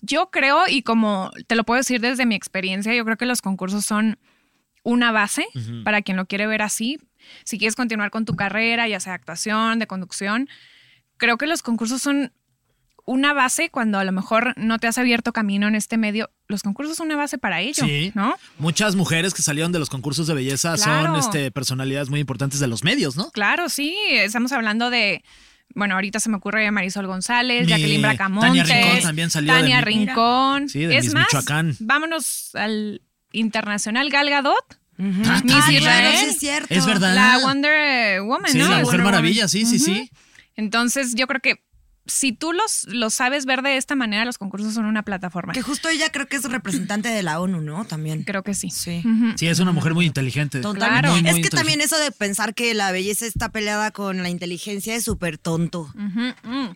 yo creo, y como te lo puedo decir desde mi experiencia, yo creo que los concursos son una base para quien lo quiere ver así. Si quieres continuar con tu carrera, ya sea de actuación, de conducción, creo que los concursos son una base cuando a lo mejor no te has abierto camino en este medio. Los concursos son una base para ello,
Sí.
¿no?
Muchas mujeres que salieron de los concursos de belleza son
Claro.
este, personalidades muy importantes de los medios, ¿no?
Claro, sí. Estamos hablando de. Bueno, ahorita se me ocurre Marisol González,
Mi-
Jacqueline Bracamontes.
Tania Rincón también salió de
Tania
mi-
Rincón.
Sí, de
es
Miss
más,
Michoacán.
vámonos al internacional Gal Gadot,
Ah,
Miss
también.
Israel.
claro, sí es cierto.
Es verdad.
la Wonder Woman,
Sí,
¿no?
la
Wonder
Mujer
Woman.
Maravilla, sí, sí, sí.
Entonces, yo creo que si tú los, los sabes ver de esta manera, los concursos son una plataforma.
Que justo ella creo que es representante de la ONU, ¿no? También.
Creo que sí.
Sí.
Sí, es una mujer muy inteligente.
Totalmente.
Claro.
Muy, muy
es que
inteligente.
también eso de pensar que la belleza está peleada con la inteligencia es súper tonto.
Ujú, mm.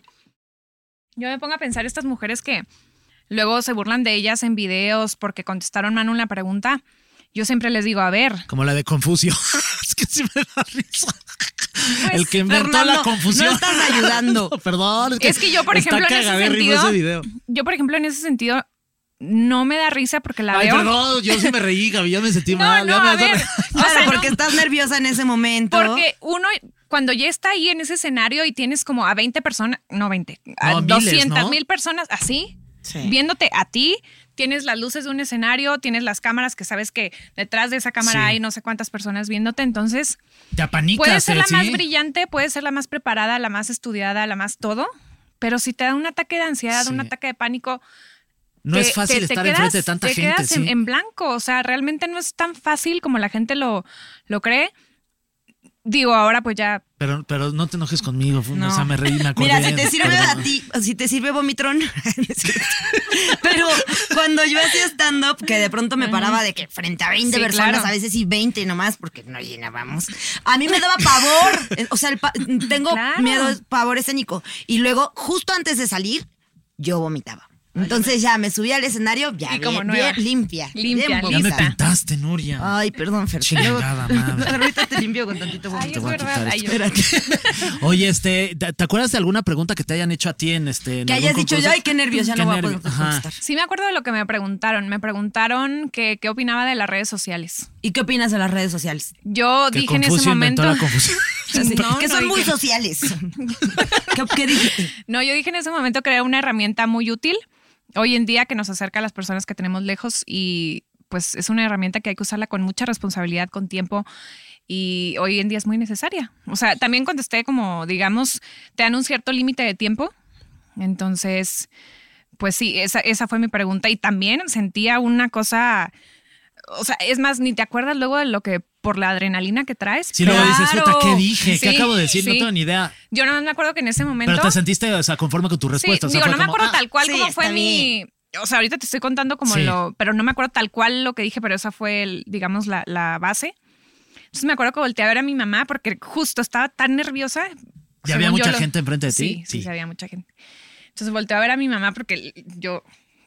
Yo me pongo a pensar estas mujeres que luego se burlan de ellas en videos porque contestaron mal una pregunta. Yo siempre les digo, a ver,
Como la de Confucio. es que sí me da risa.
Pues,
El que inventó
Fernando,
la confusión.
no estás ayudando.
No, perdón.
Es que yo, por
está
ejemplo, en ese
cagaverrimo
sentido-
ese video.
yo por ejemplo en ese sentido no me da risa porque la
Ay,
veo.
perdón, yo sí me reí, Gaby, ya me sentí
No,
mal.
no,
ya me
a
vas a
ver,
re-
o sea,
Claro,
no,
porque estás nerviosa en ese momento.
porque uno cuando ya está ahí en ese escenario y tienes como a 20 personas, no 20, a
No, miles,
200
¿no?
mil personas así,
Sí.
viéndote a ti, tienes las luces de un escenario, tienes las cámaras que sabes que detrás de esa cámara
Sí.
hay no sé cuántas personas viéndote, entonces...
Te apanicas.
Puede ser
eh,
la
¿sí?
más brillante, puede ser la más preparada, la más estudiada, la más todo, pero si te da un ataque de ansiedad,
Sí.
un ataque de pánico,
No
te-
es fácil
te- te
estar
quedas-
enfrente de tanta
te
gente.
quedas en,
sí.
en blanco, o sea, realmente no es tan fácil como la gente lo, lo cree. Digo, ahora pues ya,
Pero, pero no te enojes conmigo, fue-
No.
o sea, me reí, me acordé.
Mira, si te sirve
perdón.
a ti, si te sirve vomitrón. Pero cuando yo hacía stand-up, que de pronto me paraba de que frente a 20
Sí,
personas,
claro.
a veces y 20 nomás, porque no llenábamos. A mí me daba pavor. O sea, el pa- tengo
Claro.
miedo, pavor escénico. Y luego, justo antes de salir, yo vomitaba. Entonces ya me subí al escenario, ya
Y como
bien,
nueva.
bien limpia.
Limpia, lista.
bien
Ya me
vomita.
pintaste, Nuria.
Ah.
Ay, perdón, Fer.
Chingada madre.
Pero ahorita te limpio con tantito
ay,
vómito.
es
voy a
verdad,
quitar
ay, yo-
Oye, este, ¿te, te acuerdas de alguna pregunta que te hayan hecho a ti en este? en
Que
algún
hayas dicho,
concurso?
ay, qué nervios, ya no voy a
nervio?
poder contestar.
sí me acuerdo de lo que me preguntaron, me preguntaron que qué opinaba de las redes sociales.
¿Y qué opinas de las redes sociales?
Yo
Que
dije en ese
Confucio
momento...
inventó la confusión.
Así,
No,
Oh, que
no,
son
y
muy
que-
sociales. ¿Qué, qué dijiste?
No, yo dije en ese momento que era una herramienta muy útil hoy en día que nos acerca a las personas que tenemos lejos y pues es una herramienta que hay que usarla con mucha responsabilidad, con tiempo y hoy en día es muy necesaria. O sea, también contesté como, digamos, te dan un cierto límite de tiempo. Entonces, pues sí, esa, esa fue mi pregunta y también sentía una cosa, o sea, es más, ni te acuerdas luego de lo que por la adrenalina que traes.
Si luego dices,
Claro.
puta, ¿qué dije? ¿Qué
Sí,
acabo de decir? No
sí.
tengo ni idea.
Yo nada más me acuerdo que en ese momento...
Pero te sentiste, o sea, conforme con tu respuesta. o
Sí,
sea,
digo,
fue
no me
como,
acuerdo
"Ah".
tal cual
sí,
como fue
está
mi. O sea, ahorita te estoy contando como
Sí.
lo. Pero no me acuerdo tal cual lo que dije, pero esa fue, el- digamos, la, la base. Entonces me acuerdo que volteé a ver a mi mamá porque justo estaba tan nerviosa.
¿Ya había
según yo
mucha gente enfrente de ti?
Sí, sí,
Sí.
sí, había mucha gente. Entonces volteé a ver a mi mamá porque yo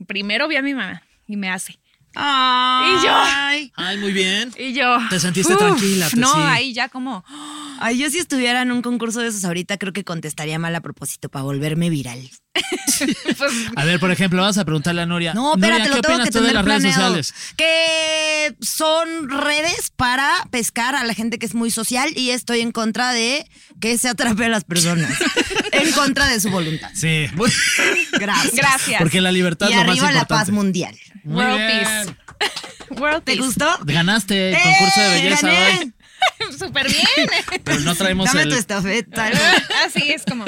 primero vi a mi mamá y me hace. Y yo.
Ay,
Ay, muy bien.
Y yo.
Te sentiste tranquila, pues,
No,
sí.
ahí ya como.
ay, yo si estuviera en un concurso de esos ahorita, creo que contestaría mal a propósito para volverme viral.
pues
A ver, por ejemplo, vas a preguntarle a Nuria.
Ah, No, espérate,
Nuria,
lo
¿qué
tengo
opinas
que
tú de
tener
las redes
planeado.
sociales?
Que son redes para pescar a la gente que es muy social y estoy en contra de que se atrape a las personas. en contra de su voluntad.
Sí.
Gracias.
gracias.
Porque la libertad
Y
es lo más
arriba
importante.
la paz mundial.
Muy
World
bien.
Peace. World
¿Te
Peace.
gustó?
Ganaste el concurso de
¡Eh!
belleza
Gané.
hoy.
Súper bien.
Pero no traemos
Dame
el-
tu estafeta.
Así es como.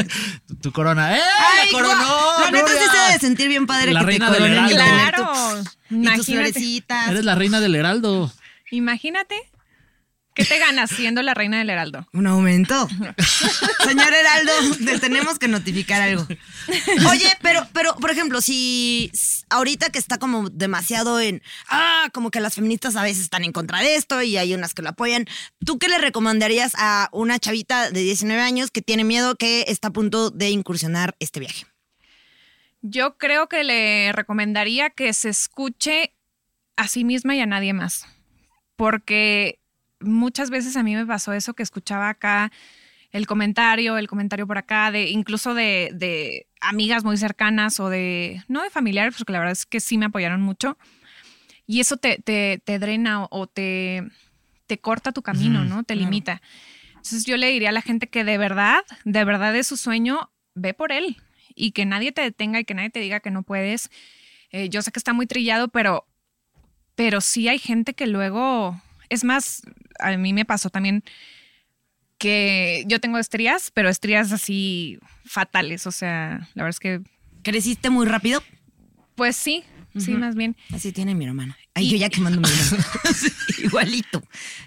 tu, tu corona. ¡Eh!
Ay,
¡La coronó!
guau. La neta sí
Nuria!
se debe sentir bien padre
La
que
reina
te
del
coronen y
Heraldo.
tu-
Claro.
Y tus
Imagínate.
florecitas.
Eres la reina del heraldo.
Imagínate que te ganas siendo la reina del heraldo.
Un aumento. Señor Heraldo, le tenemos que notificar algo. Oye, pero, pero, por ejemplo, si s- ahorita que está como demasiado en, ah, como que las feministas a veces están en contra de esto y hay unas que lo apoyan, ¿tú qué le recomendarías a una chavita de 19 años que tiene miedo que está a punto de incursionar este viaje?
Yo creo que le recomendaría que se escuche a sí misma y a nadie más. Porque muchas veces a mí me pasó eso que escuchaba acá el comentario, el comentario por acá, de incluso de, de amigas muy cercanas o de, no de familiares, porque la verdad es que sí me apoyaron mucho. Y eso te, te, te drena o, o te, te corta tu camino,
Ujú,
¿no? Te limita. Entonces yo le diría a la gente que de verdad, de verdad es su sueño, ve por él y que nadie te detenga y que nadie te diga que no puedes. Eh, yo sé que está muy trillado, pero, pero sí hay gente que luego, es más, a mí me pasó también que yo tengo estrías, pero estrías así fatales, o sea, la verdad es que,
¿Creciste muy rápido?
pues sí, sí, más bien.
Así tiene mi hermana. Ay,
Y-
yo ya quemando mi hermana. Sí, Igualito.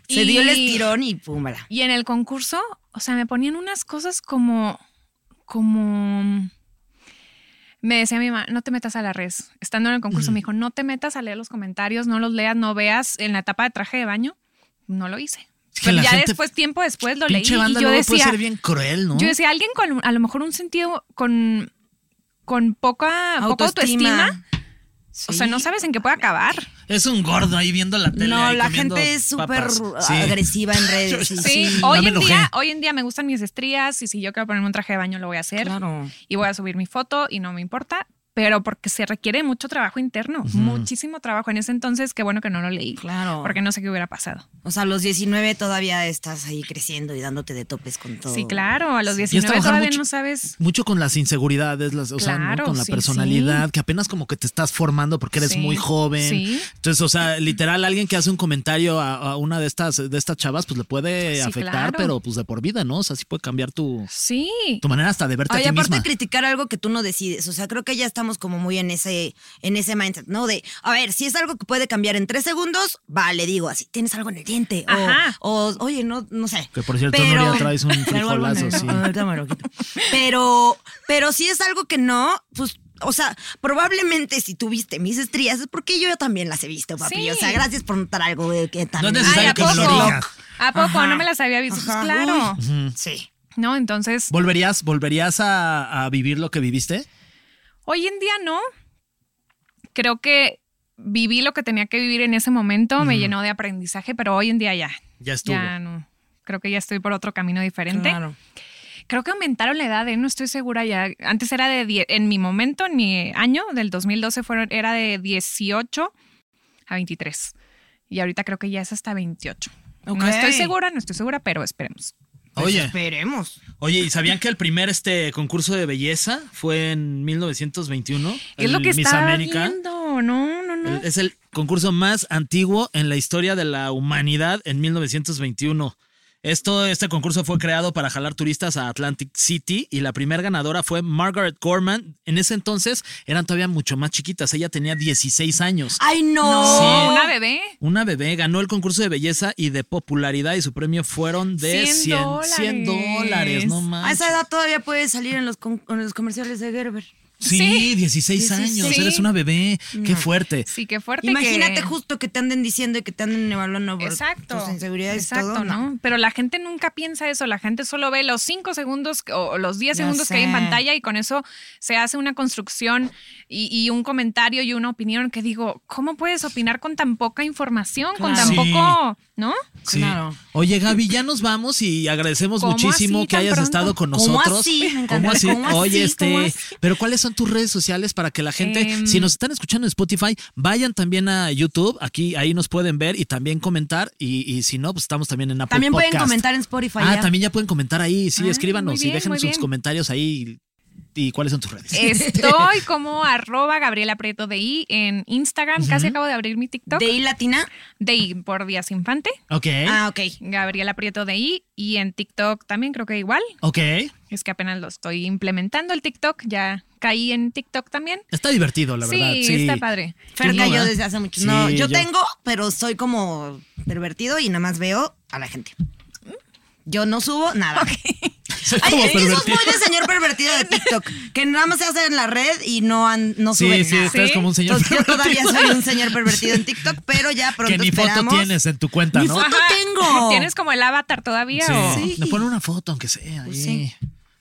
Se
Y-
dio el estirón y púmbala.
Y en el concurso, o sea, me ponían unas cosas como, como, me decía mi mamá, no te metas a la red. Estando en el concurso me dijo, no te metas a leer los comentarios, no los leas, no veas en la tapa de traje de baño. No lo hice.
Es que
Pero
la
ya
gente-
después, tiempo después lo leí
Pinche
y
banda
yo
luego puede
decía,
ser bien cruel, ¿no?
yo decía, alguien con a lo mejor un sentido, con, con poca poca autoestima, o sea, no
Sí.
sabes en qué puede acabar.
Es un gordo ahí viendo la tele.
No,
ahí
la
comiendo
gente es súper ah,
papas. Sí.
agresiva en redes.
Sí,
Ya
hoy
me
en
enojé.
día, hoy en día me gustan mis estrías y si yo quiero ponerme un traje de baño lo voy a hacer
Claro.
y voy a subir mi foto y no me importa, pero porque se requiere mucho trabajo interno, muchísimo trabajo en ese entonces, qué bueno que no lo leí.
Claro.
Porque no sé qué hubiera pasado.
O sea, a los 19 todavía estás ahí creciendo y dándote de topes con todo.
Sí, claro, a los
Y es
19
trabajar
todavía
mucho-
no sabes.
Mucho con las inseguridades, las, o sea, ¿no?
Claro,
con la
sí,
personalidad, que apenas como que te estás formando porque eres
Sí,
muy joven.
sí.
Entonces, o sea, literal, alguien que hace un comentario a, a una de estas, de estas chavas, pues le puede
Sí,
afectar,
claro.
pero pues de por vida, ¿no? O sea, sí puede cambiar tu,
Sí.
tu manera hasta de verte
Oye,
a ti
aparte
misma.
de criticar algo que tú no decides, o sea, creo que ya estamos como muy en ese, en ese mindset, ¿no? De, a ver, si es algo que puede cambiar en tres segundos, va, le digo así, tienes algo en el diente, o-
Ajá.
o, oye, no, no sé.
Que, por cierto, Nuria, traes un
Traigo algo en el-
frijolazo, sí.
Ahorita me lo quito. Pero, pero si es algo que no, pues, o sea, probablemente si tuviste mis estrías es porque yo también las he visto, papi.
Sí.
O sea, gracias por notar algo de que también.
No es
Ay,
necesario
¿a
que me lo
poco?
digas.
¿A poco?
Ajá.
No me las había visto. Pues
Ajá.
claro.
Uy. Sí.
No, entonces,
¿Volverías, volverías a, a vivir lo que viviste?
hoy en día no. Creo que viví lo que tenía que vivir en ese momento, me llenó de aprendizaje, pero hoy en día ya.
Ya estuvo.
Ya no. Creo que ya estoy por otro camino diferente. Creo que aumentaron la edad, ¿eh? no estoy segura ya. Antes era de 10, en mi momento, en mi año del 2012, fueron, era de 18 a 23. Y ahorita creo que ya es hasta 28.
Ok.
No estoy segura, no estoy segura, pero esperemos.
Oye,
Pues, Esperemos.
oye, ¿y sabían que el primer este concurso de belleza fue en 1921?
es lo
El
que
Miss
estaba
América.
viendo. No, no, no.
El- Es el concurso más antiguo en la historia de la humanidad en 1921. Esto, este concurso fue creado para jalar turistas a Atlantic City y la primera ganadora fue Margaret Gorman. En ese entonces eran todavía mucho más chiquitas, ella tenía 16 años.
Ay,
No,
no.
una bebé.
Una bebé ganó el concurso de belleza y de popularidad y su premio fueron de 100,
100
100 dólares, no
A
más.
esa edad todavía puede salir en los, con- en los comerciales de Gerber.
Sí,
Sí.
16 años,
Sí.
eres una bebé, qué fuerte.
Sí, qué fuerte.
Imagínate
que-
justo que te anden diciendo y que te anden evaluando por
Exacto.
tus inseguridades
Exacto,
y todo.
¿no? Pero la gente nunca piensa eso. La gente solo ve los 5 segundos que- o los 10
Ya
segundos que hay en
sé.
pantalla y con eso se hace una construcción y, y un comentario y una opinión que digo, ¿cómo puedes opinar con tan poca información? Con
Claro.
tan
Sí.
poco, ¿no?
Sí.
Claro.
Oye, Gaby, ya nos vamos y agradecemos
¿Cómo
muchísimo
así,
que
tan
hayas
pronto?
estado con
¿Cómo
nosotros.
así? Me encanta.
¿Cómo así?
¿Cómo así?
Oye,
¿Cómo
este,
así?
pero ¿cuáles son tus redes sociales para que la gente,
Em.
si nos están escuchando en Spotify, vayan también a YouTube, aquí ahí nos pueden ver y también comentar y, y si no, pues estamos también en Apple
También pueden
Podcast.
comentar en Spotify. ¿eh?
Ah,
ya.
también ya pueden comentar ahí, sí,
Ah,
escríbanos
muy bien,
y déjenos
muy
sus
bien.
comentarios ahí y, y cuáles son tus redes.
Estoy como arroba Gabriela Prieto de I en Instagram. Casi acabo de abrir mi TikTok.
¿De I latina?
De I por Díaz Infante.
ok,
Ah, ok.
Gabriela Prieto de I. Y en TikTok también creo que igual.
ok.
Es que apenas lo estoy implementando el TikTok. Ya caí en TikTok también.
Está divertido, la
sí,
verdad. Sí,
está padre.
Fer
Tú no,
cayó
¿verdad?
desde hace mucho.
Sí,
no, yo,
yo-
tengo, pero soy como pervertido y nada más veo a la gente. Yo no subo nada.
Soy
Ay,
como
eso es
pervertido.
muy de señor pervertido de TikTok, que nada más se hace en la red y no, han- no
Sí,
suben
sí,
nada.
estás
Sí.
como un señor
Entonces, yo todavía
pervertido.
soy un señor pervertido en TikTok, pero ya pronto
Que ni
esperamos.
foto tienes ¿eh? en tu cuenta,
Ni
¿no?
foto tengo.
¿Tienes como el avatar todavía? o-
Sí. Le ponen una foto, aunque sea. ahí,
Pues sí.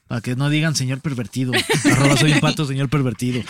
Para que no digan señor pervertido. Arroba soy un pato, señor pervertido.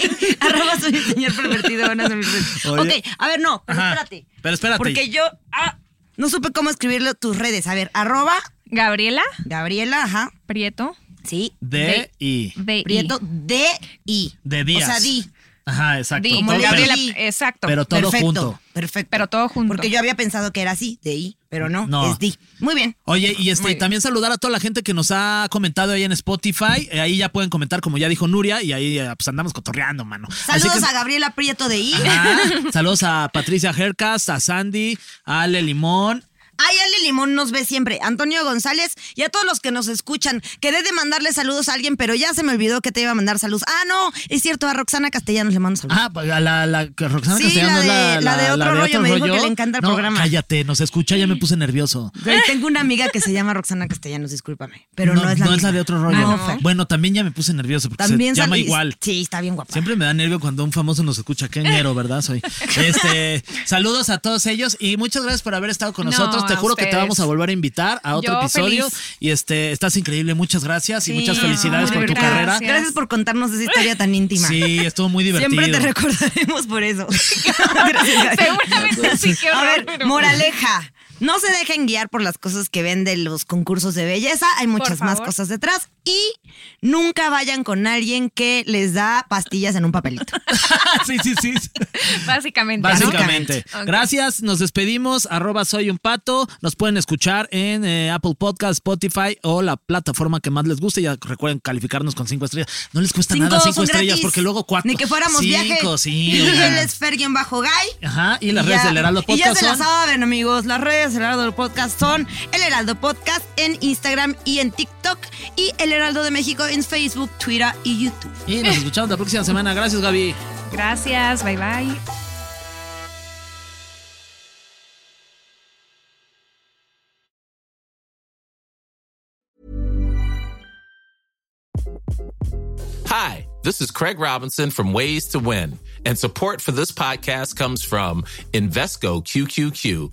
Arroba soy un señor pervertido. no soy un pervertido.
Oye.
Ok, a ver, no, pero
Ajá,
espérate.
pero espérate.
Porque yo ah, no supe cómo escribirlo tus redes. A ver, arroba
Gabriela
Gabriela, ajá.
Prieto
Sí.
De y.
de I.
Prieto D I.
De días.
O sea, di.
Ajá, exacto.
Di,
Todo,
como
Todo,
Gabriela,
pero-
exacto.
pero todo
perfecto,
junto.
Perfecto.
Pero todo junto.
Porque yo había pensado que era así, de I, pero no,
No.
es di. Muy bien.
Oye, y
Muy
este,
bien.
también saludar a toda la gente que nos ha comentado ahí en Spotify. Eh, Ahí ya pueden comentar, como ya dijo Nuria, y ahí eh, pues andamos cotorreando, mano. Así
Saludos
que-
a Gabriela Prieto de I.
Ajá. Saludos a Patricia Hercas, a Sandy, a Ale Limón.
Ay, Ale Limón nos ve siempre. Antonio González y a todos los que nos escuchan. Quedé de mandarle saludos a alguien, pero ya se me olvidó que te iba a mandar saludos. Ah, no, es cierto, a Roxana Castellanos le mando saludos.
Ah, a la, la que Roxana
Sí,
Castellanos,
la de- la de otro rollo, me dijo que le encanta el
No,
programa.
Cállate, nos escucha, ya me puse nervioso.
Güey, Tengo una amiga que se llama Roxana Castellanos, discúlpame, pero no, es la misma.
de otro rollo.
Ah, no, Fer.
Bueno, también ya me puse nervioso porque
También
se llama
salí-
igual.
Sí, está bien guapa.
Siempre me da nervio cuando un famoso nos escucha. Qué ñero, ¿verdad? Soy. Este, saludos a todos ellos y muchas gracias por haber estado con
No,
nosotros. Te
a
juro que te
ustedes.
vamos a volver a invitar a otro
Yo
episodio.
feliz.
Y este, estás increíble. Muchas gracias y muchas
Sí,
felicidades
no,
por tu
gracias.
carrera.
Gracias por contarnos esa historia tan íntima.
Sí, estuvo muy divertido.
Siempre te recordaremos por eso. Gracias, Gaby.
Seguramente sí, qué
A
horror,
ver,
pero-
moraleja. No se dejen guiar por las cosas que ven de los concursos de belleza. Hay muchas más
favor.
cosas detrás. Y nunca vayan con alguien que les da pastillas en un papelito.
sí, sí, sí.
Básicamente. ¿no?
Básicamente.
Ok.
Gracias, nos despedimos. Arroba soy un pato. Nos pueden escuchar en eh, Apple Podcast, Spotify o la plataforma que más les guste. Ya recuerden calificarnos con cinco estrellas. No les cuesta
Cinco
nada cinco
son
estrellas
gratis.
porque luego cuatro.
Ni que fuéramos
cinco,
viaje.
sí.
Y
oigan.
él es Ferguion bajo Guy.
Ajá, y las redes
ya-
del Heraldo
Y ya
Podcast
se la
son.
saben, amigos. Las redes del Heraldo Podcast son El Heraldo Podcast en Instagram y en TikTok. Y El Heraldo de México en Facebook, Twitter y YouTube.
Y nos escuchamos la próxima semana. Gracias, Gaby.
Gracias, bye bye.
Hi, this is Craig Robinson from Ways to Win, and support for this podcast comes from Invesco QQQ,